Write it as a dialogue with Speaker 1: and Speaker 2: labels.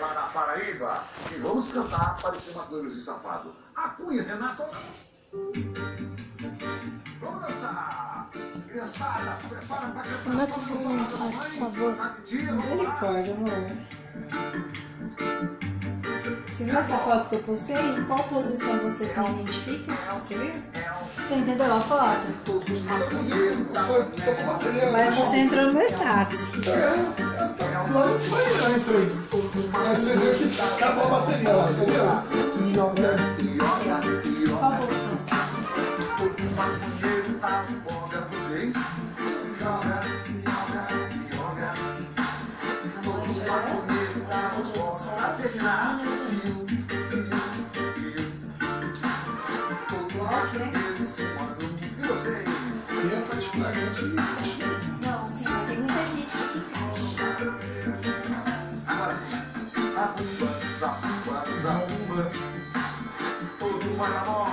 Speaker 1: lá na Paraíba. E vamos cantar Parecer Maconheiros e Safado. A Cunha, Renato. Vamos dançar. Criançada, prepara pra cantar. um
Speaker 2: Mata o fogão, pai, é por favor. Misericórdia, mano. Você viu essa foto que eu postei? Em qual posição você se identifica? Você viu? Você entendeu a foto?
Speaker 3: Tô com material.
Speaker 2: Agora você entrou no meu status.
Speaker 3: Eu tô lá no banheiro, entrei. Mas você viu que acabou a bateria lá, você viu?
Speaker 1: né?
Speaker 2: Qual posição? você se sente?
Speaker 3: Eu, particularmente, acho
Speaker 4: Não, sim, mas tem muita gente que se encaixa.
Speaker 1: Agora sim. Zabumba, zabumba, zabumba. Todo mundo na mão.